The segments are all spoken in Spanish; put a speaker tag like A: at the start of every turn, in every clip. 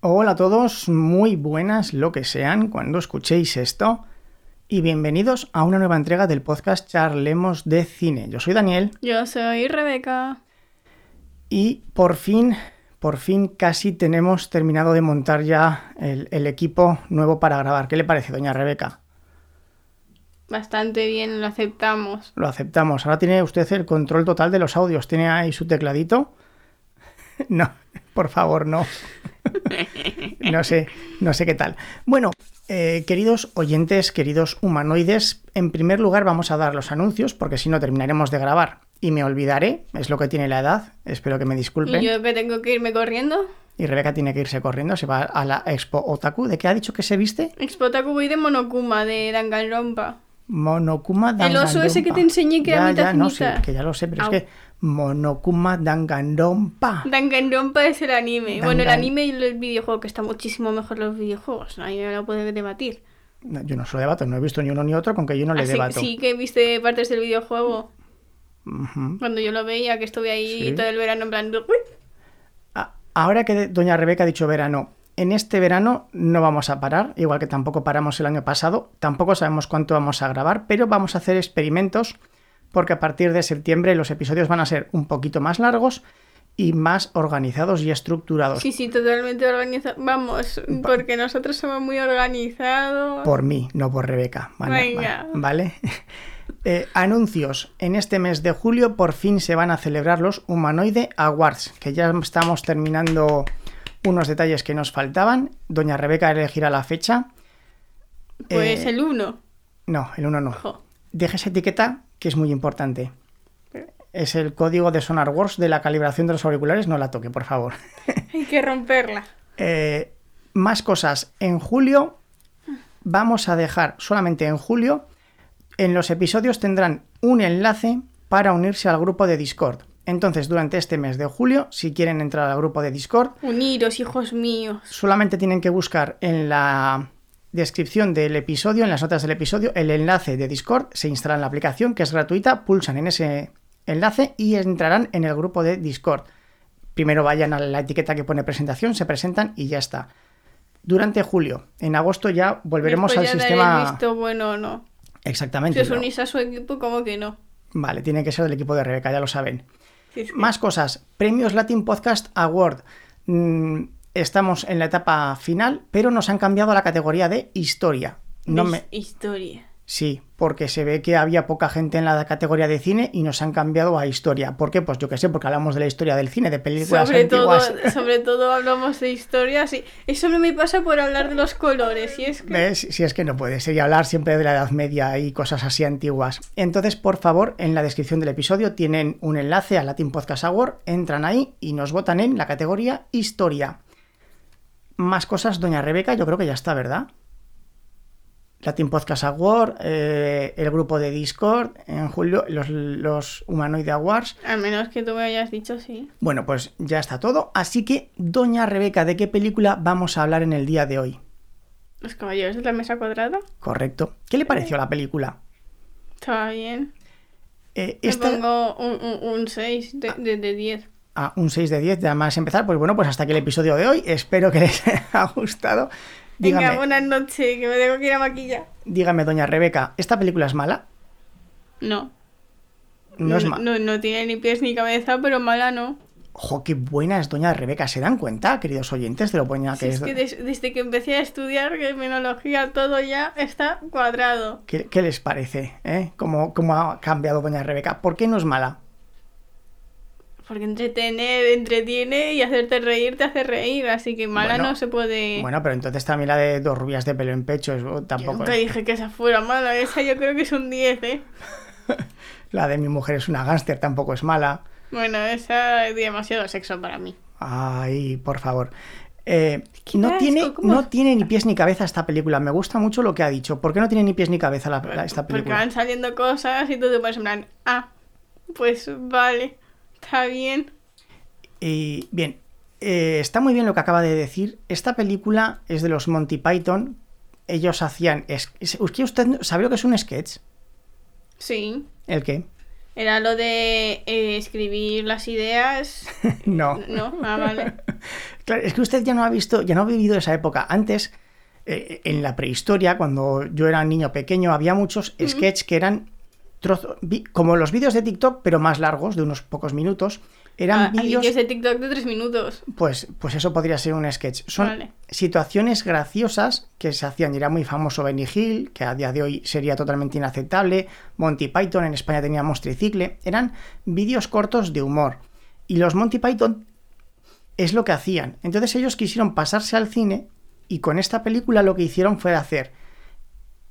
A: Hola a todos, muy buenas lo que sean cuando escuchéis esto y bienvenidos a una nueva entrega del podcast Charlemos de Cine. Yo soy Daniel
B: Yo soy Rebeca.
A: y por fin, por fin casi tenemos terminado de montar ya el, el equipo nuevo para grabar. ¿Qué le parece, doña Rebeca?
B: Bastante bien, lo aceptamos.
A: Lo aceptamos. Ahora tiene usted el control total de los audios. ¿Tiene ahí su tecladito? No, por favor, no. No sé, no sé qué tal. Bueno, eh, queridos oyentes, queridos humanoides, en primer lugar vamos a dar los anuncios porque si no terminaremos de grabar y me olvidaré. Es lo que tiene la edad. Espero que me disculpen.
B: Y yo que tengo que irme corriendo.
A: Y Rebeca tiene que irse corriendo. Se va a la Expo Otaku. ¿De qué ha dicho que se viste?
B: Expota voy de Monokuma, de Danganronpa.
A: Monokuma
B: El oso ese que
A: Danganronpa.
B: te enseñé que
A: ya,
B: era
A: ya,
B: mitad
A: no, sí,
B: mitad.
A: que ya lo sé, pero
B: Au.
A: es que Monokuma Danganronpa.
B: Danganronpa es el anime. Bueno, el
A: Dangan-
B: anime y el videojuego, que está muchísimo mejor los videojuegos. Ahí no lo puedes debatir.
A: No, yo no se lo debato, no he visto ni uno ni otro, con que yo no le
B: Así que
A: debato.
B: Ah, sí que viste partes del videojuego.
A: Ujú.
B: Cuando yo lo veía, que estuve ahí
A: Sí.
B: todo el verano en plan... "Uy".
A: A- Ahora que doña Rebeca ha dicho verano, en este verano no vamos a parar, igual que tampoco paramos el año pasado, tampoco sabemos cuánto vamos a grabar, pero vamos a hacer experimentos porque a partir de septiembre los episodios van a ser un poquito más largos y más organizados y estructurados
B: Sí, sí, totalmente organizado. Vamos, porque nosotros somos muy organizados.
A: por mí, no por Rebeca. Vale.
B: Venga.
A: vale. Eh, anuncios. En este mes de julio por fin se van a celebrar los Humanoide Awards, que ya estamos terminando unos detalles que nos faltaban. Doña Rebeca elegirá la fecha.
B: Pues
A: eh,
B: el uno.
A: No, el 1 no.
B: Jo.
A: Deja esa etiqueta, que es muy importante. Es el código de Sonar Wars de la calibración de los auriculares. No la toque, por favor.
B: Hay que romperla.
A: Eh, más cosas. En julio vamos a dejar, solamente en julio, en los episodios tendrán un enlace para unirse al grupo de Discord. Entonces, durante este mes de julio, si quieren entrar al grupo de Discord,
B: Uniros, hijos míos.
A: solamente tienen que buscar en la descripción del episodio, en las notas del episodio, el enlace de Discord, se instalan la aplicación que es gratuita, pulsan en ese enlace y entrarán en el grupo de Discord. Primero vayan a la etiqueta que pone presentación, se presentan y ya está. Durante julio, en agosto ya volveremos
B: Después
A: al
B: ya
A: sistema.
B: daréis visto bueno o no. Si
A: Exactamente.
B: os
A: ¿no?
B: unís a su equipo, como que no.
A: Vale, tiene que ser del equipo de Rebeca, ya lo saben.
B: Sí, sí.
A: Más cosas. Premios Latin Podcast Award. Mm, estamos en la etapa final, pero nos han cambiado a la categoría de historia. No
B: Dis-
A: me...
B: Historia.
A: Sí, porque se ve que había poca gente en la categoría de cine y nos han cambiado a historia. ¿Por qué? Pues yo qué sé, porque hablamos de la historia del cine, de películas
B: Sobre todo,
A: pues, antiguas.
B: sobre todo hablamos de historias y eso no me pasa por hablar de los colores. Y es que
A: ¿Ves? Si es que no puede ser y hablar siempre de la Edad Media y cosas así antiguas. Entonces, por favor, en la descripción del episodio tienen un enlace a Latin Podcast Award, entran ahí y nos votan en la categoría Historia. Más cosas, doña Rebeca, yo creo que ya está, ¿verdad? Latin Podcast Award, eh, el grupo de Discord, en julio los, los Humanoid Awards.
B: al menos que tú me hayas dicho sí.
A: Bueno, pues ya está todo. Así que, doña Rebeca, ¿de qué película vamos a hablar en el día de hoy?
B: Los caballeros de la mesa cuadrada.
A: Correcto. ¿Qué le pareció la película?
B: Estaba bien.
A: Eh,
B: Le
A: esta-
B: pongo un 6
A: Ah.
B: de 10.
A: a un 6 de 10, ya más empezar, pues bueno, pues hasta aquí el episodio de hoy. Espero que les haya gustado. Dígame,
B: Venga, buenas noches, que me tengo que ir a maquillar.
A: dígame, doña Rebeca, ¿esta película es mala?
B: No.
A: No es
B: Mm, no,
A: mala.
B: no, no tiene ni pies ni cabeza, pero mala no.
A: ¡Jo, qué buena es doña Rebeca! ¿Se dan cuenta, queridos oyentes, de lo buena que
B: Si
A: es?
B: es Ah, que des- desde que empecé a estudiar criminología todo ya está cuadrado.
A: ¿Qué, qué les parece? eh? ¿Cómo, ¿Cómo ha cambiado doña Rebeca? ¿Por qué no es mala?
B: Porque entretener, entretiene y hacerte reír te hace reír, así que mala
A: Bueno,
B: no se puede...
A: Bueno, pero entonces también la de dos rubias de pelo en pecho es- oh,
B: yo
A: tampoco
B: nunca
A: es-
B: dije que esa fuera mala, esa yo creo que es un 10, ¿eh?
A: La de mi mujer es una gángster tampoco es mala.
B: Bueno, esa es demasiado sexo para mí.
A: Ay, por favor. Eh,
B: Qué
A: no,
B: asco,
A: tiene,
B: ¿cómo?
A: no tiene ni pies ni cabeza esta película. Me gusta mucho lo que ha dicho. ¿Por qué no tiene ni pies ni cabeza la- la- esta
B: Porque
A: película?
B: van saliendo cosas y tú te pones en plan, ah, pues vale, está bien.
A: Y bien, eh, está muy bien lo que acaba de decir. Esta película es de los Monty Python. Ellos hacían. es- es- ¿Usted usted sabe lo que es un sketch?
B: Sí,
A: ¿El qué?
B: Era lo de eh, escribir las ideas.
A: No.
B: No, ah, vale.
A: Claro, es que usted ya no ha visto, ya no ha vivido esa época. Antes, eh, en la prehistoria, cuando yo era niño pequeño, había muchos sketches que eran trozos, vi- como los vídeos de TikTok, pero más largos, de unos pocos minutos.
B: Ah,
A: Eran
B: hay
A: vídeos.
B: vídeos de TikTok de tres minutos.
A: Pues, pues eso podría ser un sketch. Son
B: Vale.
A: situaciones graciosas que se hacían. Y era muy famoso Benny Hill, que a día de hoy sería totalmente inaceptable. Monty Python, en España teníamos tricicle. Eran vídeos cortos de humor. Y los Monty Python es lo que hacían. Entonces ellos quisieron pasarse al cine y con esta película lo que hicieron fue hacer.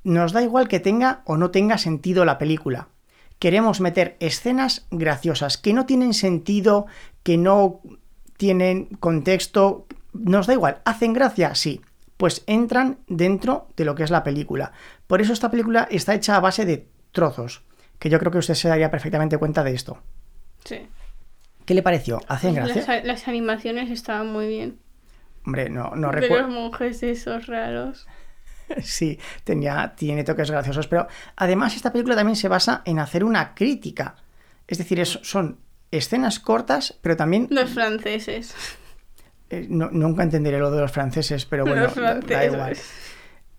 A: Nos da igual que tenga o no tenga sentido la película. Queremos meter escenas graciosas que no tienen sentido, que no tienen contexto. Nos da igual. ¿Hacen gracia? Sí. Pues entran dentro de lo que es la película. Por eso esta película está hecha a base de trozos. Que yo creo que usted se daría perfectamente cuenta de esto.
B: Sí.
A: ¿Qué le pareció? ¿Hacen gracia?
B: Pues Las, las animaciones estaban muy bien.
A: Hombre, no, no
B: de
A: recuerdo.
B: los monjes esos raros.
A: Sí, tenía, tiene toques graciosos, pero además esta película también se basa en hacer una crítica. Es decir, es- son escenas cortas, pero también
B: Los franceses.
A: eh, no- nunca entenderé lo de los franceses, pero bueno,
B: los
A: da- da igual.
B: franceses.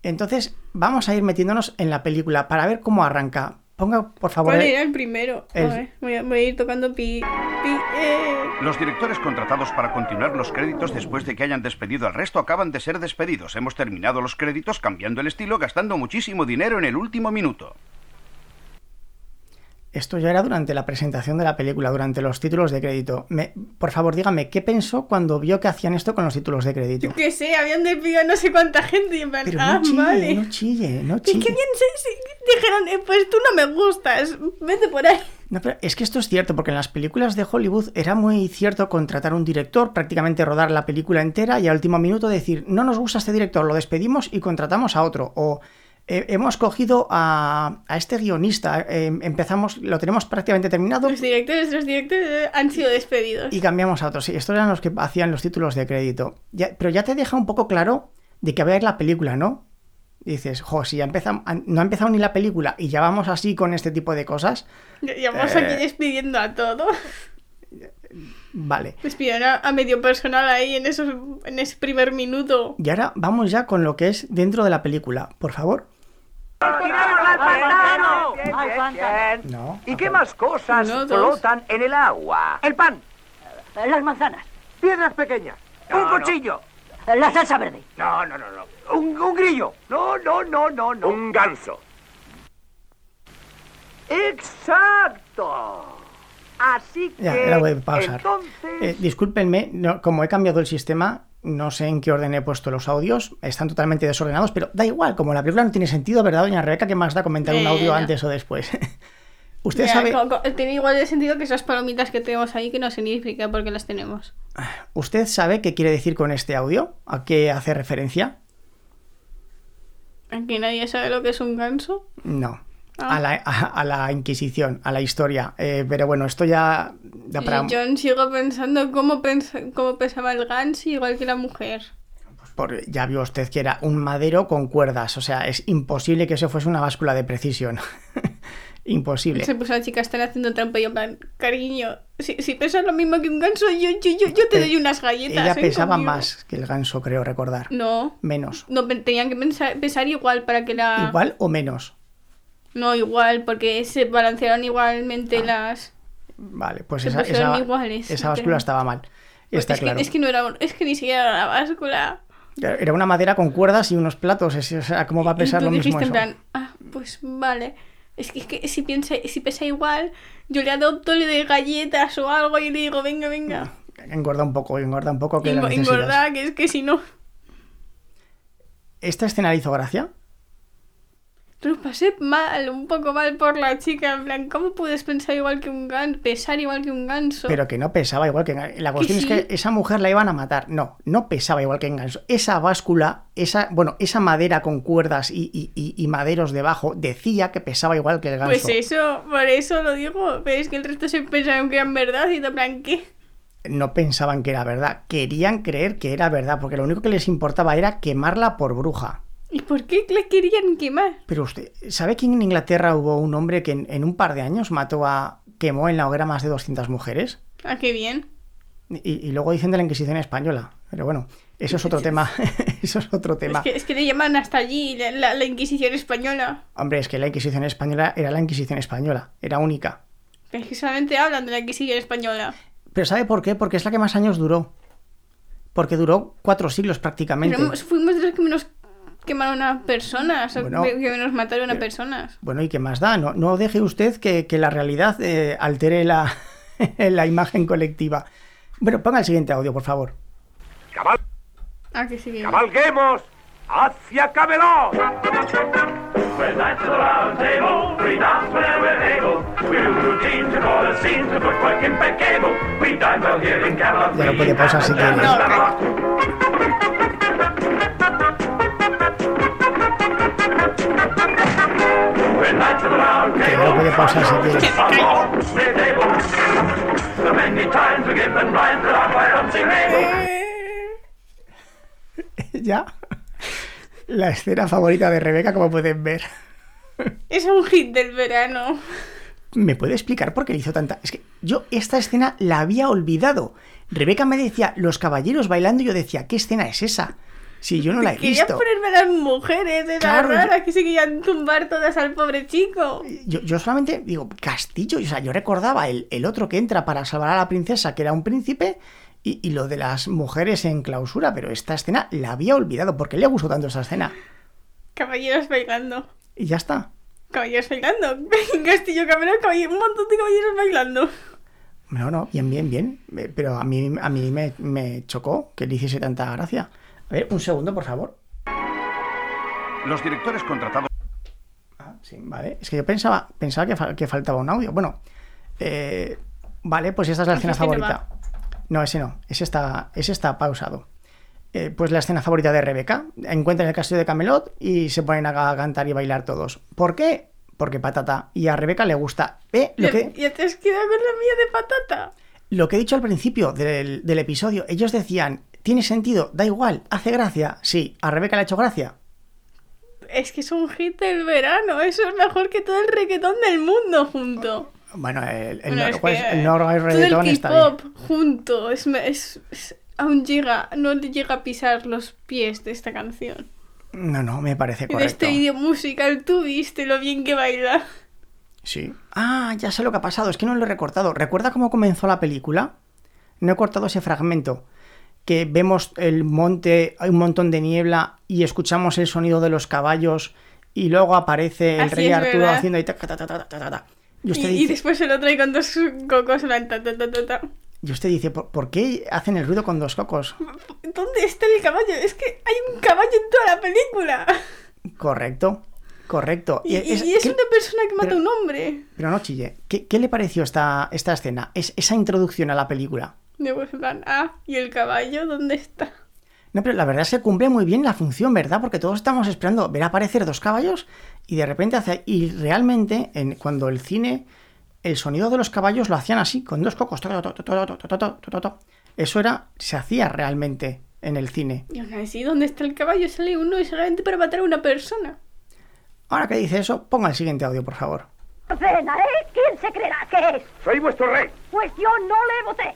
A: Entonces, vamos a ir metiéndonos en la película para ver cómo arranca. Ponga, por favor, eh,
B: ¿Cuál
A: el-
B: era el primero?
A: el-
B: A ver, voy, a, voy a ir tocando pi. pi eh.
C: Los directores contratados para continuar los créditos después de que hayan despedido al resto acaban de ser despedidos. Hemos terminado los créditos cambiando el estilo, gastando muchísimo dinero en el último minuto.
A: Esto ya era durante la presentación de la película, durante los títulos de crédito. Me- por favor, dígame, ¿qué pensó cuando vio que hacían esto con los títulos de crédito?
B: Yo qué sé, habían despedido a no sé cuánta gente y en plan,
A: Pero
B: ah,
A: no chille,
B: vale.
A: no chille, no
B: Es
A: chille.
B: que bien se, se- dijeron, eh, pues tú no me gustas, vete por ahí.
A: No, pero es que esto es cierto, porque en las películas de Hollywood era muy cierto contratar un director, prácticamente rodar la película entera y al último minuto decir, no nos gusta este director, lo despedimos y contratamos a otro. O "Eh, hemos cogido a, a este guionista, eh, empezamos, lo tenemos prácticamente terminado
B: Los directores, los directores eh, han sido despedidos.
A: y cambiamos a otro. Sí, estos eran los que hacían los títulos de crédito. Ya- pero ya te deja un poco claro de que va a ir la película, ¿no? Dices, jo, si ya empezam- no ha empezado ni la película y ya vamos así con este tipo de cosas,
B: Ya- ya vamos
A: Eh.
B: aquí despidiendo a todo.
A: vale.
B: Despidieron Pues a, a medio personal ahí en, esos, en ese primer minuto.
A: Y ahora vamos ya con lo que es dentro de la película, por favor.
D: Al pantano.
A: No.
E: ¿Y qué más cosas
B: Uno, dos.
E: flotan en el agua? El pan,
D: Las manzanas.
E: piedras pequeñas, un
C: no.
E: cuchillo.
D: La salsa verde.
C: No, no, no, no.
E: Un, un grillo. No, no, no, no, no. Un ganso. Exacto. Así que.
A: Ya, la voy a pausar.
E: Entonces.
A: Eh, discúlpenme, no- como he cambiado el sistema, no sé en qué orden he puesto los audios, están totalmente desordenados, pero da igual, como la película no tiene sentido, ¿verdad, doña Rebeca? ¿Qué más da comentar un audio
B: Bueno.
A: antes o después? Usted
B: Ya,
A: sabe,
B: co- co- tiene igual de sentido que esas palomitas que tenemos ahí que no significa por qué las tenemos.
A: ¿Usted sabe qué quiere decir con este audio? ¿A qué hace referencia?
B: Aquí nadie sabe lo que es un ganso.
A: No.
B: Ah.
A: A, la, a- a la Inquisición, a la historia. Eh, pero bueno, esto ya da
B: Y
A: para...
B: John sigo pensando cómo, pens- cómo pensaba el ganso igual que la mujer.
A: Por- ya vio usted que era un madero con cuerdas, o sea, es imposible que eso fuese una báscula de precisión. imposible.
B: Se puso la chica, están haciendo trampa y yo, en plan, cariño, si, si pesas lo mismo que un ganso, yo, yo, yo, yo te
A: Pe-
B: doy unas galletas.
A: Ella
B: ven
A: pesaba
B: conmigo".
A: más que el ganso, creo recordar.
B: No,
A: Menos.
B: no pe- tenían que pensar- pesar igual para que la...
A: ¿Igual o menos?
B: No, igual, porque se balancearon igualmente
A: Ah,
B: las...
A: Vale, pues
B: Se
A: esa,
B: pusieron
A: esa-
B: iguales,
A: esa
B: no
A: báscula
B: tenemos.
A: estaba mal.
B: Pues
A: Está
B: es,
A: claro.
B: que, es que no era un- es que ni siquiera era una báscula.
A: Era una madera con cuerdas y unos platos, es- o sea, ¿cómo va a pesar
B: y
A: lo
B: tú
A: mismo
B: dijiste
A: eso?
B: en plan, ah, pues vale. Es que, es que si, piensa, si pesa igual, yo le adopto, le doy galletas o algo y le digo, venga, venga.
A: Engorda un poco, engorda un poco que lo
B: Engo-
A: necesitas.
B: engordá, que es que si no...
A: ¿Esta escena le hizo gracia?
B: Lo pasé mal, un poco mal por la chica, en plan, ¿cómo puedes pensar igual que un ganso? Pesar igual que un ganso.
A: Pero que no pesaba igual que en- La cuestión
B: sí.
A: es que esa mujer la iban a matar. No, no pesaba igual que en Ganso. Esa báscula, esa, bueno, esa madera con cuerdas y, y- y- y maderos debajo decía que pesaba igual que el ganso.
B: pues eso, por eso lo digo, pero es que el resto se pensaron que eran verdad y en plan, ¿qué?
A: No pensaban que era verdad. Querían creer que era verdad, porque lo único que les importaba era quemarla por bruja.
B: ¿Y por qué le querían quemar?
A: Pero usted, ¿sabe que en Inglaterra hubo un hombre que en, en un par de años mató a quemó en la hoguera más de 200 mujeres.
B: Ah, qué bien.
A: Y, y luego dicen de la Inquisición española. Pero bueno, eso es otro tema. eso es otro tema.
B: Pues Es que, es que le llaman hasta allí la, la- la Inquisición española.
A: Hombre, es que la Inquisición española era la Inquisición española, era única.
B: Es que solamente hablan de la Inquisición española.
A: Pero ¿sabe por qué? Porque es la que más años duró. Porque duró cuatro siglos prácticamente.
B: Pero hemos- fuimos de los que menos quemaron a personas, o
A: Bueno,
B: que que menos mataron a
A: pero-
B: personas.
A: Bueno, ¿y qué más da? No, no deje usted que, que la realidad eh, altere la, la imagen colectiva. Bueno, ponga el siguiente audio, por favor.
E: Cabal-
B: Ah, que sí, bien.
E: cabalguemos hacia Camelot.
F: We're knights of the round table, we dance whenever we're able. We do routines and all the scenes of
E: pues
F: footwork impeccable. We dine well here in Camelot.
A: Ya lo
F: We
A: puede pausar si
F: have a jam
A: quiere.
F: in
B: No,
F: Camelot. We're knights of the round
A: Ya lo
F: table.
A: puede pausar si quiere.
F: Our lords, we're able. The many times we give them rhymes that our triumphs enable.
A: ¿Ya? La escena favorita de Rebeca, como pueden ver.
B: Es un hit del verano.
A: ¿Me puede explicar por qué le hizo tanta...? Es que yo esta escena la había olvidado. Rebeca me decía, los caballeros bailando, y yo decía, ¿qué escena es esa? Si yo no la he
B: Quería
A: visto.
B: ponerme a las mujeres, era
A: Claro,
B: rara, que se querían tumbar todas al pobre chico.
A: Yo, yo solamente digo, Castillo, o sea, yo recordaba el, el otro que entra para salvar a la princesa, que era un príncipe, y, y lo de las mujeres en clausura, pero esta escena la había olvidado. ¿Por qué le gustó tanto esa escena?
B: Caballeros bailando.
A: Y ya está.
B: Caballeros bailando. Castillo Camelot, caball- un montón de caballeros bailando.
A: No, no, bien, bien, bien. Eh, Pero a mí, a mí me, me chocó que le hiciese tanta gracia. A ver, un segundo, por favor.
C: Los directores contratados
A: Ah, sí, vale. Es que yo pensaba, pensaba que, fal- que faltaba un audio. Bueno, eh, vale, pues esta es la
B: Pues
A: escena
B: este no
A: favorita. No, ese no. Ese está, ese está pausado. Eh, pues la escena favorita de Rebeca. Encuentran el castillo de Camelot y se ponen a cantar y bailar todos. ¿Por qué? Porque patata. Y a Rebeca le gusta. Eh, lo
B: Ya,
A: que...
B: ya te has quedado con la mía de patata.
A: Lo que he dicho al principio del, del episodio, ellos decían, tiene sentido, da igual, hace gracia. Sí, a Rebeca le ha hecho gracia.
B: Es que es un hit del verano, eso es mejor que todo el reggaetón del mundo junto.
A: Bueno, el, el,
B: Bueno,
A: no-
B: es
A: ¿cuál es?
B: que,
A: El no hay
B: todo
A: reggaetón
B: el
A: está bien.
B: K-pop junto, es, es- es- aún llega, no le llega a pisar los pies de esta canción.
A: No, no, me parece
B: En este
A: correcto.
B: vídeo musical tú viste lo bien que baila.
A: Sí. Ah, ya sé lo que ha pasado, es que no lo he recortado. ¿Recuerda cómo comenzó la película? No he cortado ese fragmento. Que vemos el monte, hay un montón de niebla y escuchamos el sonido de los caballos y luego aparece el
B: Así
A: rey
B: es,
A: Arturo
B: ¿verdad?
A: haciendo ahí ta, ta, ta, ta, ta, ta, ta. Y
B: Y,
A: usted
B: y
A: dice-
B: después el otro y con dos cocos suenan ta, ta, ta, ta, ta.
A: Y usted dice, ¿por, por qué hacen el ruido con dos cocos?
B: ¿Dónde está el caballo? Es que hay un caballo en toda la película.
A: Correcto, correcto. E,
B: Y, y-
A: es-
B: y es
A: ¿qué-
B: una persona que mata
A: pero-
B: a un hombre.
A: Pero no chille, ¿qué, qué le pareció esta, esta escena? Es, esa introducción a la película.
B: De Wolfgang. Ah, ¿y el caballo dónde está?
A: No, pero la verdad es que cumple muy bien la función, ¿verdad? Porque todos estamos esperando ver aparecer dos caballos y de repente hace... Y realmente, en, cuando el cine, el sonido de los caballos lo hacían así, con dos cocos. to, to, to, to, to, to, to, to, to. Eso era, se hacía realmente en el cine.
B: Y aún así, ¿dónde está el caballo? Sale uno y solamente para matar a una persona.
A: Ahora que dice eso, ponga el siguiente audio, por favor.
D: Ordena, ¿eh? ¿Quién se creerá que es?
E: Soy vuestro rey.
D: Pues yo no le voté.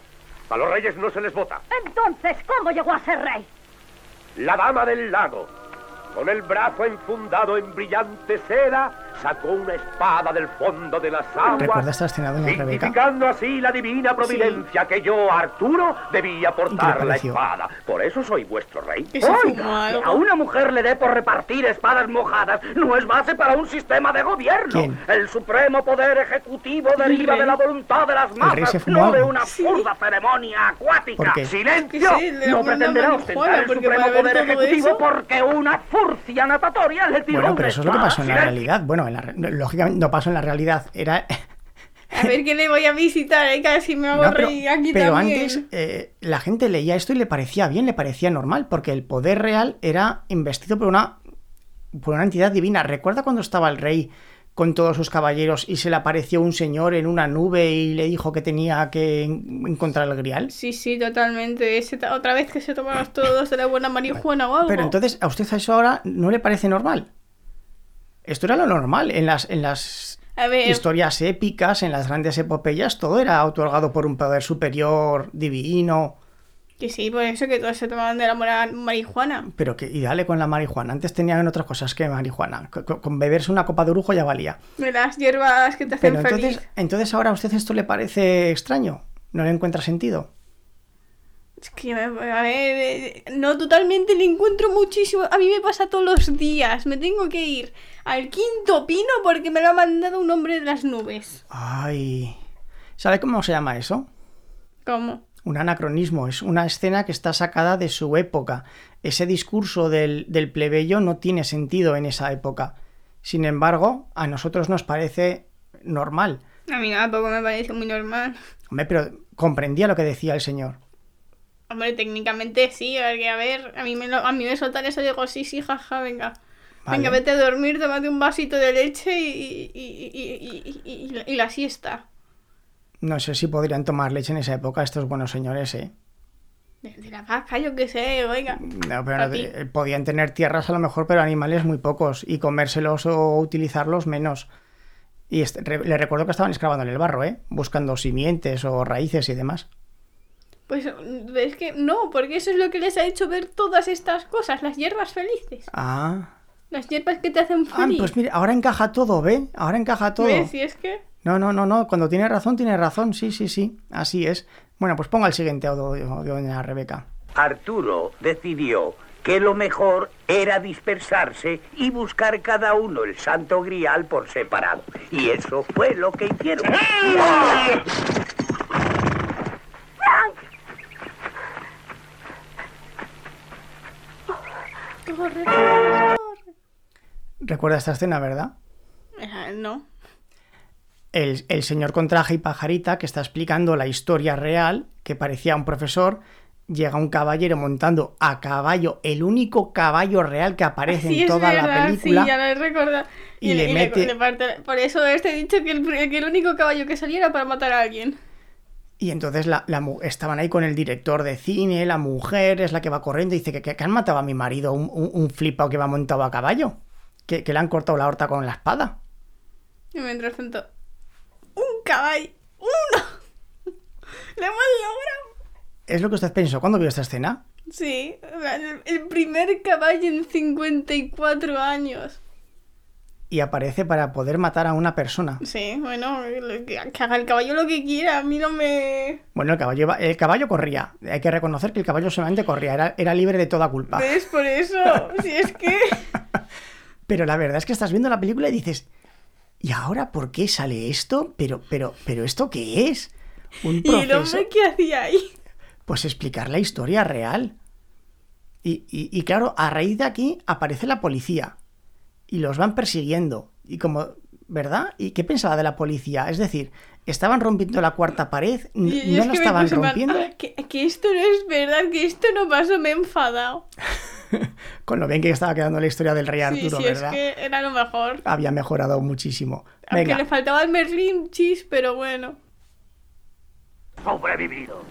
E: A los reyes no se les vota.
D: Entonces, ¿cómo llegó a ser rey?
E: La dama del lago, con el brazo enfundado en brillante seda, sacó una espada del fondo de las aguas.
A: ¿Recuerda esta escena, doña Rebeca?
E: Significando así la divina providencia que yo, Arturo, debía portar la
A: pareció?
E: espada. Por eso soy vuestro rey.
B: Que se fumó algo.
E: que a una mujer le dé por repartir espadas mojadas no es base para un sistema de gobierno.
A: ¿Quién?
E: El supremo poder ejecutivo deriva
B: rey.
E: de la voluntad de las
A: rey
E: masas,
A: se fumó
E: no de
A: algo.
E: una
B: Sí.
E: absurda ceremonia
A: ¿Por
E: acuática.
A: qué?
B: Que
E: ¡Silencio!
B: sí, le
E: no
B: mandan
E: pretenderá
B: marihuana,
E: ostentar el
B: porque
E: supremo
B: para ver
E: poder
B: todo
E: ejecutivo
B: eso-
E: porque una furcia natatoria le tiró
A: Bueno,
E: una
A: pero eso es lo que
E: espada.
A: pasó en la
E: ¡Silencio!
A: realidad. Bueno, en la re- lógicamente no pasó en la realidad. Era.
B: A ver qué le voy a visitar, ¿eh? casi me hago
A: No, pero
B: reír aquí
A: pero
B: también.
A: antes eh, la gente leía esto y le parecía bien, le parecía normal, porque el poder real era investido por una, por una entidad divina. ¿Recuerda cuando estaba el rey con todos sus caballeros y se le apareció un señor en una nube y le dijo que tenía que en- encontrar el grial?
B: Sí, sí, totalmente. Ese ta- otra vez que se tomaron todos de la buena marihuana o algo.
A: Pero entonces, ¿a usted eso ahora no le parece normal? Esto era lo normal en las, en las
B: A ver,
A: Historias épicas, en las grandes epopeyas, todo era otorgado por un poder superior, divino.
B: que sí, por eso que todos se tomaban de la mora- marihuana.
A: Pero que, y dale con la marihuana. Antes tenían otras cosas que marihuana. Co- co- Con, beberse una copa de orujo ya valía.
B: De las hierbas que te hacen
A: Pero entonces,
B: feliz.
A: entonces ahora a usted esto le parece extraño. No le encuentra sentido.
B: Es que, a ver, eh, no totalmente le encuentro muchísimo. A mí me pasa todos los días. Me tengo que ir al quinto pino porque me lo ha mandado un hombre de las nubes.
A: Ay. ¿Sabe cómo se llama eso?
B: ¿Cómo?
A: Un anacronismo, es una escena que está sacada de su época. Ese discurso del, del plebeyo no tiene sentido en esa época. Sin embargo, a nosotros nos parece normal.
B: A mí tampoco me parece muy normal.
A: Hombre, pero comprendía lo que decía el señor.
B: Hombre, técnicamente sí, porque a ver, a mí me, lo- a mí me soltan eso y digo, sí, sí, jaja, venga.
A: Vale.
B: Venga, vete a dormir, tómate un vasito de leche y, y- y- y- y- y la- y la siesta.
A: No sé si podrían tomar leche en esa época estos buenos señores, ¿eh?
B: De, de la vaca, yo qué sé, oiga.
A: No, pero no
B: Papi.
A: te- eh, podían tener tierras a lo mejor, pero animales muy pocos. Y comérselos o utilizarlos menos. Y este- re- le recuerdo que estaban excavando en el barro, ¿eh? Buscando simientes o raíces y demás.
B: Pues mm, es que no, porque eso es lo que les ha hecho ver todas estas cosas, las hierbas felices.
A: Ah.
B: Las hierbas que te hacen
A: Ah,
B: feliz.
A: pues mira, ahora encaja todo, ¿ve? Ahora encaja todo.
B: ¿Ves? Y es que...
A: No, no, no, no. Cuando tiene razón, tiene razón. Sí, sí, sí. Así es. Bueno, pues ponga el siguiente audio de doña Rebeca.
G: Arturo decidió que lo mejor era dispersarse y buscar cada uno el santo grial por separado. Y eso fue lo que hicieron.
D: Frank,
B: Corre, corre.
A: Recuerda esta escena, ¿verdad?
B: Eh, No.
A: El, el señor con traje y pajarita que está explicando la historia real, que parecía un profesor, llega un caballero montando a caballo, el único caballo real que aparece
B: Sí,
A: en
B: es
A: toda la
B: verdad,
A: película.
B: Sí, ya lo he recordado.
A: Y le mete-
B: parte- por eso este he dicho que el, que el único caballo que salía era para matar a alguien.
A: Y entonces la, la mu- estaban ahí con el director de cine, la mujer es la que va corriendo y dice que, que, que han matado a mi marido, un, un, un flipado que va montado a caballo, que, que le han cortado la horta con la espada.
B: Y mientras tanto, un caballo, uno. Lo hemos logrado.
A: Es lo que usted pensó cuando vio esta escena.
B: Sí, el, el primer caballo en 54 años.
A: Y aparece para poder matar a una persona.
B: Sí, bueno, lo que, que haga el caballo lo que quiera, a mí no me...
A: Bueno, el caballo, iba- el caballo corría. Hay que reconocer que el caballo solamente corría, era, era libre de toda culpa.
B: ¿Ves? Por eso, si es que...
A: Pero la verdad es que estás viendo la película y dices, ¿y ahora por qué sale esto? Pero, pero, pero ¿esto qué es? Un
B: ¿Y el
A: proceso.
B: hombre qué hacía ahí?
A: pues explicar la historia real. Y, y- y claro, a raíz de aquí aparece la policía y los van persiguiendo. Y como, ¿verdad? ¿Y qué pensaba de la policía? Es decir, estaban rompiendo la cuarta pared, N-
B: Y- y
A: no
B: es
A: la
B: que me
A: estaban
B: puse en plan,
A: rompiendo.
B: "Ah, Que, que esto no es verdad, que esto no pasó, me he enfadado.
A: Con lo bien que estaba quedando la historia del rey
B: sí,
A: Arturo,
B: sí, es
A: ¿verdad?
B: que era lo mejor.
A: Había mejorado muchísimo.
B: Aunque
A: Venga,
B: le faltaba el Merlin Chis, pero bueno.
G: Sobrevivido.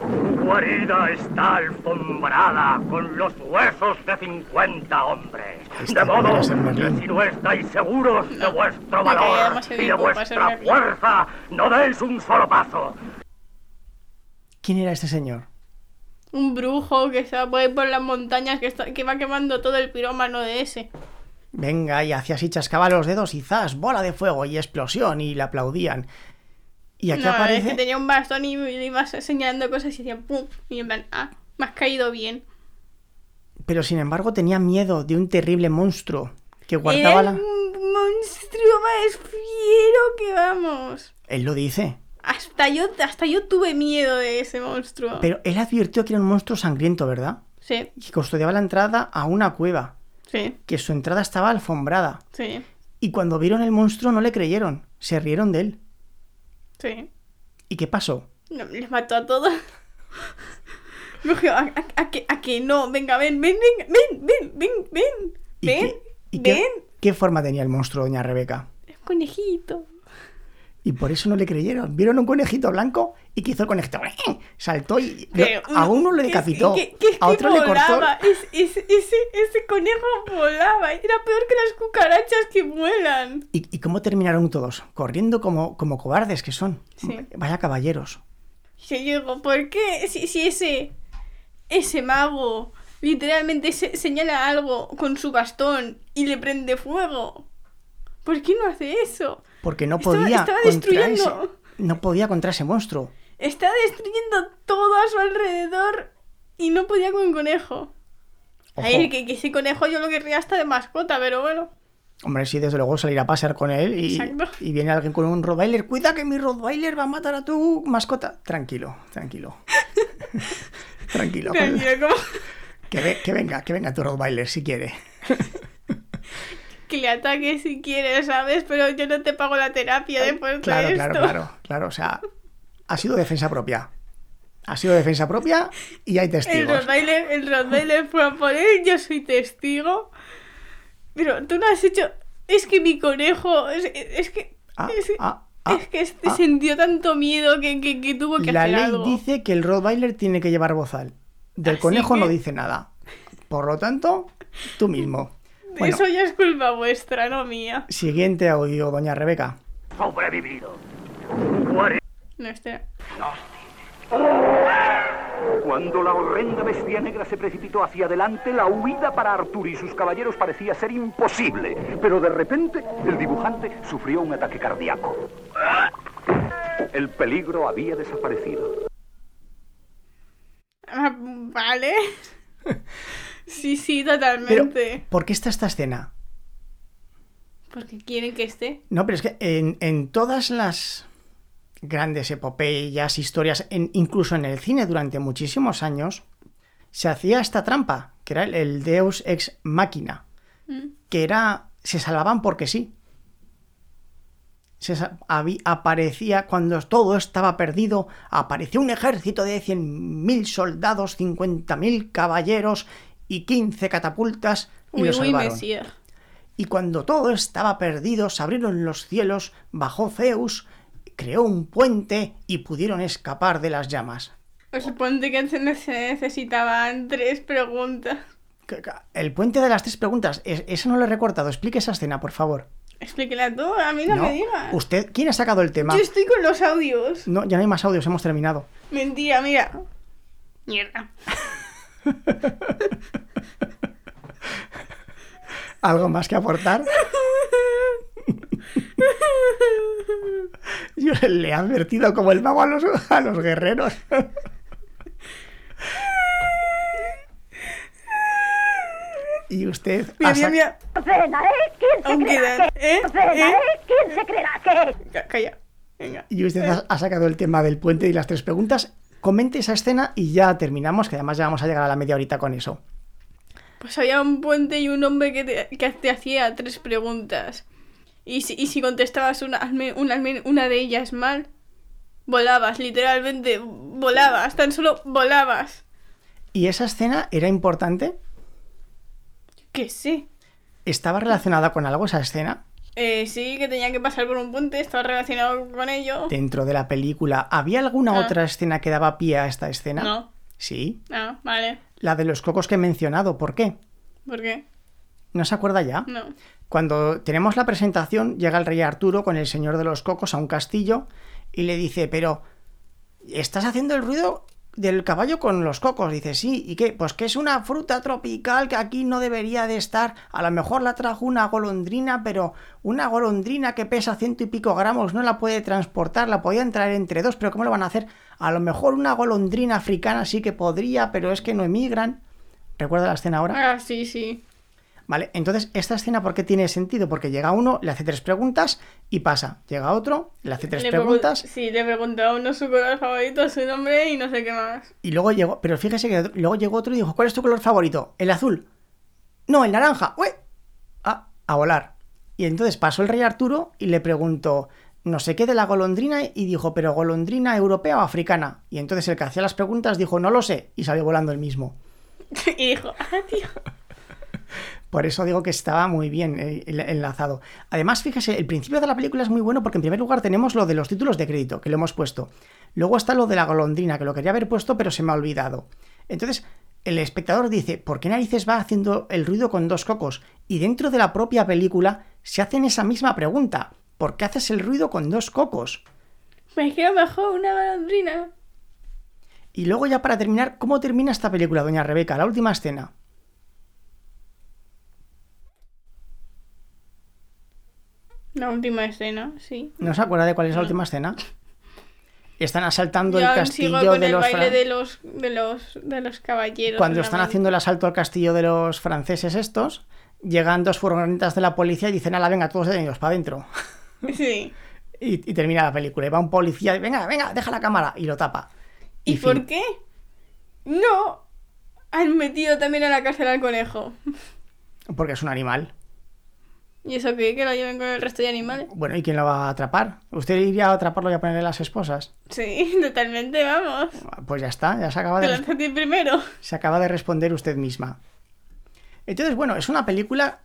G: Tu guarida está alfombrada con los huesos de 50 hombres.
A: Este
G: de modo
A: podría ser Merlín.
G: que si no estáis seguros de vuestro
B: me caía
G: valor
B: demasiado
G: y de
B: bien como para ser
G: vuestra
B: Merlín.
G: fuerza, no deis un solo paso.
A: ¿quién era este señor?
B: Un brujo que se va por ahí por las montañas que, está- que va quemando todo el pirómano de ese.
A: Venga, y hacía así, chascaba los dedos y zas, bola de fuego y explosión, y le aplaudían. Y aquí
B: no, es
A: aparece.
B: que tenía un bastón y le iba señalando cosas y decía pum. Y en plan, ah, me has caído bien.
A: Pero sin embargo tenía miedo de un terrible monstruo que guardaba
B: Era
A: la...
B: un monstruo más fiero que vamos.
A: Él lo dice.
B: Hasta yo, hasta yo tuve miedo de ese monstruo.
A: Pero él advirtió que era un monstruo sangriento, ¿verdad?
B: Sí,
A: Y custodiaba la entrada a una cueva,
B: sí,
A: que su entrada estaba alfombrada.
B: sí,
A: Y cuando vieron el monstruo no le creyeron, se rieron de él.
B: sí.
A: ¿Y qué pasó?
B: No, les mató a todos. Cogió, a, a- a que, a que no, venga, ven, ven, ven, ven, ven, ven, ven,
A: ¿Y
B: ven,
A: qué, y qué-
B: ven.
A: qué forma tenía el monstruo, doña Rebeca?
B: Es un conejito.
A: Y por eso no le creyeron. Vieron un conejito blanco y que hizo el conejito. Saltó y lo-
B: Pero,
A: a uno le
B: que-
A: decapitó,
B: Eh, que- que- que
A: a otro le cortó.
B: volaba. Es- es- ese, ese conejo volaba. Era peor que las cucarachas que vuelan.
A: ¿Y, y cómo terminaron todos? Corriendo como, como cobardes que son.
B: Sí.
A: Vaya caballeros.
B: Y yo digo, ¿por qué? Si, si ese, ese mago literalmente se- señala algo con su bastón y le prende fuego. ¿Por qué no hace eso?
A: Porque no
B: Estaba-
A: podía.
B: estaba
A: contra ese-
B: destruyendo.
A: no podía contra ese monstruo.
B: Está destruyendo todo a su alrededor y no podía con un conejo.
A: Ojo.
B: A ver, que, que ese conejo yo lo querría hasta de mascota, pero bueno.
A: Hombre, sí, desde luego salir a pasear con él y,
B: Exacto.
A: y viene alguien con un Rottweiler. Cuida que mi Rottweiler va a matar a tu mascota. Tranquilo, tranquilo. tranquilo.
B: Tranquilo, como
A: Que, ve- que venga, que venga tu Rottweiler si quiere.
B: que le ataque si quieres, ¿sabes? Pero yo no te pago la terapia después de
A: claro,
B: Eh, pues esto.
A: claro, claro, claro. O sea, ha sido defensa propia. Ha sido defensa propia y hay
B: El
A: testigos.
B: Rottweiler, el Rottweiler fue a por él, yo soy testigo. Pero tú no has hecho... Es que mi conejo... Es, es que...
A: Ah,
B: es,
A: ah, ah,
B: es que este
A: ah.
B: sintió tanto miedo que, que- que tuvo que
A: La
B: hacer
A: ley
B: algo.
A: dice que el Rottweiler tiene que llevar bozal. Del
B: Así
A: conejo no
B: que-
A: dice nada. Por lo tanto, tú mismo. Bueno,
B: Eso ya es culpa vuestra, no mía.
A: siguiente audio, doña Rebeca.
E: Sobrevivido.
B: No, este, espera.
E: Cuando la horrenda bestia negra se precipitó hacia adelante, la huida para Arturo y sus caballeros parecía ser imposible. Pero de repente, el dibujante sufrió un ataque cardíaco. El peligro había desaparecido.
B: Ah, vale. sí, sí,
A: Pero,
B: totalmente.
A: ¿por qué está esta escena?
B: Porque quieren que esté.
A: No, pero es que en, en todas las grandes epopeyas, historias, en- incluso en el cine durante muchísimos años, se hacía esta trampa, que era el, el Deus ex machina,
B: Mm.
A: que era. se salvaban porque sí. Se sa- habí- aparecía cuando todo estaba perdido, apareció un ejército de 100.000 soldados, 50.000 caballeros y 15 catapultas y
B: Uy,
A: lo
B: uy,
A: salvaron.
B: Mesía.
A: Y cuando todo estaba perdido, se abrieron los cielos, bajó Zeus, creó un puente y pudieron escapar de las llamas.
B: Os suponte que se ne- se necesitaban tres preguntas.
A: Que- que- El puente de las tres preguntas, es- esa no lo he recortado. Explique esa escena, por favor.
B: Explíquela tú, a mí no, me digas.
A: ¿Usted quién ha sacado el tema?
B: Yo estoy con los audios.
A: No, ya no hay más audios, hemos terminado.
B: Mentira, mira. Mierda.
A: ¿Algo más que aportar? Yo le he advertido como el mago a los, a los guerreros. Y usted ha
B: Mira, mira,
A: sac-
B: mira.
D: Cena, ¿eh? ¿Quién se
B: Aunque
D: creerá
B: dan-
D: que es?
B: ¿eh?
D: Cena,
B: ¿eh?
D: ¿eh? ¿Quién se creerá que es?
B: Ca- Calla. Venga.
A: Y usted ha, ha sacado el tema del puente y las tres preguntas. Comente esa escena y ya terminamos, que además ya vamos a llegar a la media horita con eso.
B: Pues había un puente y un hombre que te, que te hacía tres preguntas. Y si, y si contestabas una, al men- una, al men- una de ellas mal, volabas, literalmente, volabas, tan solo volabas.
A: Y esa escena era importante.
B: Que sí.
A: ¿Estaba relacionada con algo esa escena?
B: Eh, sí, que tenía que pasar por un puente, estaba relacionado con ello.
A: Dentro de la película, ¿había alguna
B: Ah.
A: otra escena que daba pie a esta escena?
B: No.
A: Sí.
B: Ah, vale.
A: La de los cocos que he mencionado, ¿por qué?
B: ¿Por qué?
A: ¿No se acuerda ya?
B: No.
A: Cuando tenemos la presentación, llega el rey Arturo con el señor de los cocos a un castillo y le dice, pero, ¿estás haciendo el ruido del caballo con los cocos? Dice, sí, ¿y qué? Pues que es una fruta tropical que aquí no debería de estar. A lo mejor la trajo una golondrina, pero una golondrina que pesa ciento y pico gramos no la puede transportar, la podían traer entre dos, pero ¿cómo lo van a hacer? A lo mejor una golondrina africana sí que podría, pero es que no emigran. ¿Recuerda la escena ahora?
B: Ah, sí, sí.
A: ¿Vale? Entonces, ¿esta escena por qué tiene sentido? Porque llega uno, le hace tres preguntas y pasa. Llega otro, le hace tres
B: Le pregun-
A: preguntas
B: Sí, le preguntaba a uno su color favorito, su nombre y no sé qué más.
A: y luego llegó. Pero fíjese que luego llegó otro y dijo: ¿Cuál es tu color favorito? El azul. No, el naranja. ¡Ué! Ah, a volar. Y entonces pasó el rey Arturo y le preguntó: No sé qué de la golondrina. Y dijo: ¿Pero golondrina europea o africana? Y entonces el que hacía las preguntas dijo: No lo sé. Y salió volando el mismo.
B: y dijo, ah, tío.
A: Por eso digo que estaba muy bien eh, enlazado. Además, fíjese, el principio de la película es muy bueno porque en primer lugar tenemos lo de los títulos de crédito, que lo hemos puesto. Luego está lo de la golondrina, que lo quería haber puesto, pero se me ha olvidado. Entonces, el espectador dice, ¿por qué narices va haciendo el ruido con dos cocos? Y dentro de la propia película se hacen esa misma pregunta. ¿Por qué haces el ruido con dos cocos?
B: Me quedo mejor una golondrina.
A: Y luego ya para terminar, ¿cómo termina esta película, doña Rebeca? La última escena.
B: La última escena, sí.
A: ¿No se acuerda de cuál es la última escena? Están asaltando
B: Yo
A: el
B: aún
A: castillo
B: sigo con
A: de
B: el
A: los
B: baile
A: fran-
B: de los, de los de los caballeros.
A: Cuando
B: en la
A: están
B: mano.
A: haciendo el asalto al castillo de los franceses estos, llegan dos furgonetas de la policía y dicen, ala, venga, todos detenidos, para adentro.
B: Sí.
A: Y, y termina la película. Y va un policía y venga, venga, deja la cámara. Y lo tapa.
B: ¿Y,
A: fin.
B: por qué? No. Han metido también a la cárcel al conejo.
A: Porque es un animal.
B: ¿Y eso qué? ¿Que lo lleven con el resto de animales?
A: Bueno, ¿y quién lo va a atrapar? ¿Usted iría a atraparlo y a ponerle las esposas?
B: Sí, totalmente, vamos.
A: Pues ya está, ya se acaba
B: Te
A: de,
B: lanzo a ti primero.
A: se acaba de responder usted misma. Entonces, bueno, es una película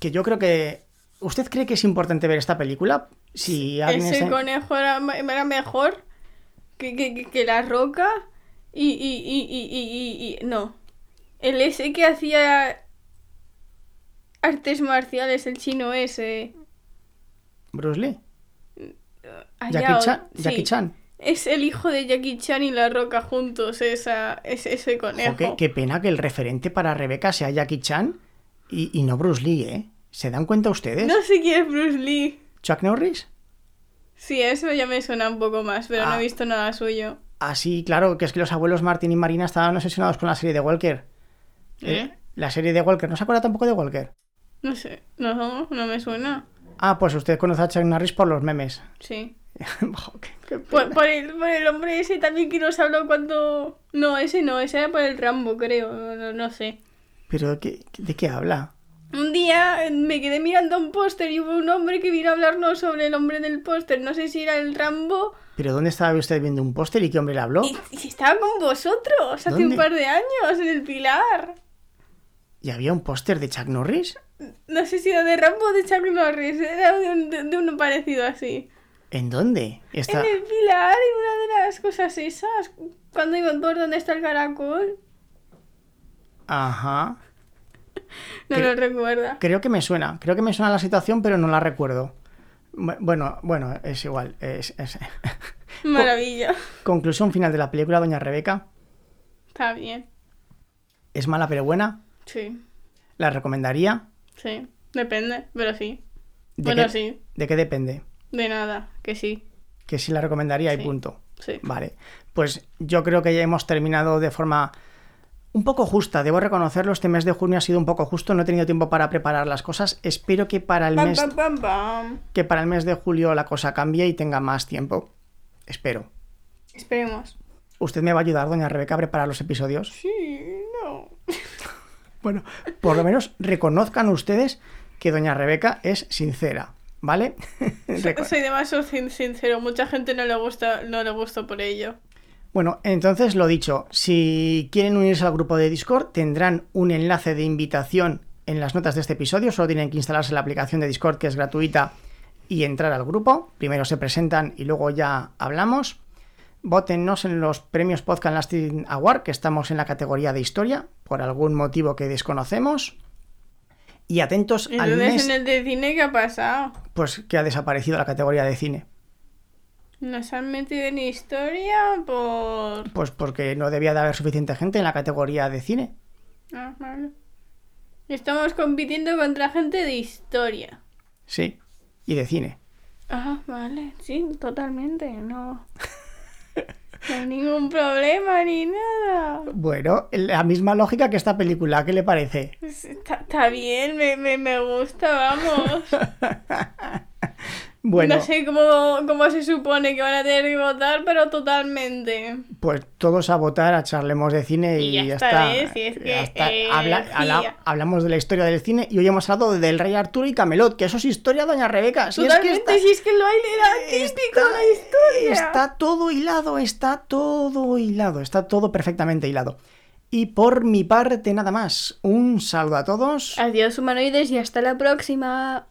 A: que yo creo que... ¿Usted cree que es importante ver esta película? Si alguien
B: Ese
A: está-
B: conejo era, me- era mejor que, que- que- que la roca y, y- y- y- y- y- y- No. El ese que hacía artes marciales, el chino ese.
A: Bruce Lee,
B: Hayao,
A: Jackie Chan,
B: Ah, sí.
A: Jackie Chan.
B: Es el hijo de Jackie Chan y la roca juntos, esa, es- ese conejo.
A: Jo, qué, qué pena que el referente para Rebeca sea Jackie Chan y, y no Bruce Lee, ¿eh? ¿Se dan cuenta ustedes?
B: No sé quién es Bruce Lee.
A: Chuck Norris.
B: Sí, eso ya me suena un poco más, pero no
A: Ah.
B: he visto nada suyo.
A: Así, Ah, claro, que es que los abuelos Martín y Marina estaban obsesionados con la serie de Walker. Eh, La serie de Walker, ¿no se acuerda tampoco de Walker?
B: No sé, no, no me suena.
A: Ah, pues usted conoce a Chuck Norris por los memes.
B: Sí.
A: Jo, qué- qué
B: Por,
A: pena.
B: por el, por el hombre ese también que nos habló cuando... No, ese no, ese era por el Rambo, creo, no, no sé.
A: Pero, ¿qué- ¿de qué habla?
B: Un día eh, me quedé mirando un póster y hubo un hombre que vino a hablarnos sobre el hombre del póster. No sé si era el Rambo
A: ¿Pero dónde estaba usted viendo un póster y qué hombre le habló?
B: Y, y estaba con vosotros hace
A: ¿Dónde?
B: un par de años en el Pilar.
A: ¿Y había un póster de Chuck Norris?
B: No sé si era de Rambo o de Chuck Norris, era de, un- de- de uno parecido así.
A: ¿En dónde? Está...
B: En el Pilar, en una de las cosas esas, cuando iban por donde está el caracol.
A: Ajá.
B: No
A: ¿Qué?
B: lo recuerda.
A: Creo que me suena, creo que me suena la situación, pero no la recuerdo. Bu- Bueno, bueno, es igual. es- es-
B: Maravilla.
A: Conclusión final de la película, Doña Rebeca.
B: Está bien.
A: ¿Es mala pero buena?
B: Sí,
A: ¿La recomendaría?
B: sí. Depende, pero sí.
A: ¿De
B: Bueno,
A: qué-
B: sí.
A: ¿De qué depende?
B: De nada, que sí.
A: Que sí la recomendaría y
B: Sí.
A: punto.
B: Sí.
A: Vale, pues yo creo que ya hemos terminado de forma un poco justa. Debo reconocerlo, este mes de junio ha sido un poco justo, no he tenido tiempo para preparar las cosas. Espero que para el
B: Pam,
A: mes,
B: pam, pam, pam.
A: que para el mes de julio la cosa cambie y tenga más tiempo. Espero.
B: Esperemos.
A: ¿Usted me va a ayudar, doña Rebeca, a preparar los episodios?
B: Sí, no.
A: Bueno, por lo menos reconozcan ustedes que doña Rebeca es sincera, ¿vale? Reco-
B: Soy demasiado sin- sincero, mucha gente no le gusta, no le gusta por ello.
A: Bueno, entonces lo dicho, si quieren unirse al grupo de Discord, tendrán un enlace de invitación en las notas de este episodio. Solo tienen que instalarse la aplicación de Discord, que es gratuita, y entrar al grupo. Primero se presentan y luego ya hablamos. Vótennos en los premios Podcast Lasting Award, que estamos en la categoría de historia, por algún motivo que desconocemos. Y atentos al
B: Entonces,
A: mes,
B: en el de cine, ¿qué ha pasado?
A: pues que ha desaparecido la categoría de cine.
B: Nos han metido en historia por.
A: Pues porque no debía de haber suficiente gente en la categoría de cine.
B: Ah, vale. Estamos compitiendo contra gente de historia.
A: Sí, y de cine.
B: Ah, vale, sí, totalmente, no. No hay ningún problema ni nada.
A: Bueno, la misma lógica que esta película, ¿qué le parece?
B: Pues Está, está bien, me, me, me gusta, vamos.
A: Bueno,
B: No sé cómo, cómo se supone que van a tener que votar, pero totalmente.
A: pues todos a votar, a charlemos de cine y,
B: Y ya está, ¿eh? Si es
A: Ya
B: que,
A: está.
B: eh,
A: Habla-
B: sí,
A: habla-
B: ya.
A: hablamos de la historia del cine y hoy hemos hablado del Rey Arturo y Camelot, que eso es historia, doña Rebeca. Si es que
B: Totalmente,
A: está,
B: si es que el baile era típico de la historia.
A: Está todo hilado, está todo hilado, está todo perfectamente hilado. Y por mi parte, nada más. Un saludo a todos.
B: Adiós humanoides y hasta la próxima.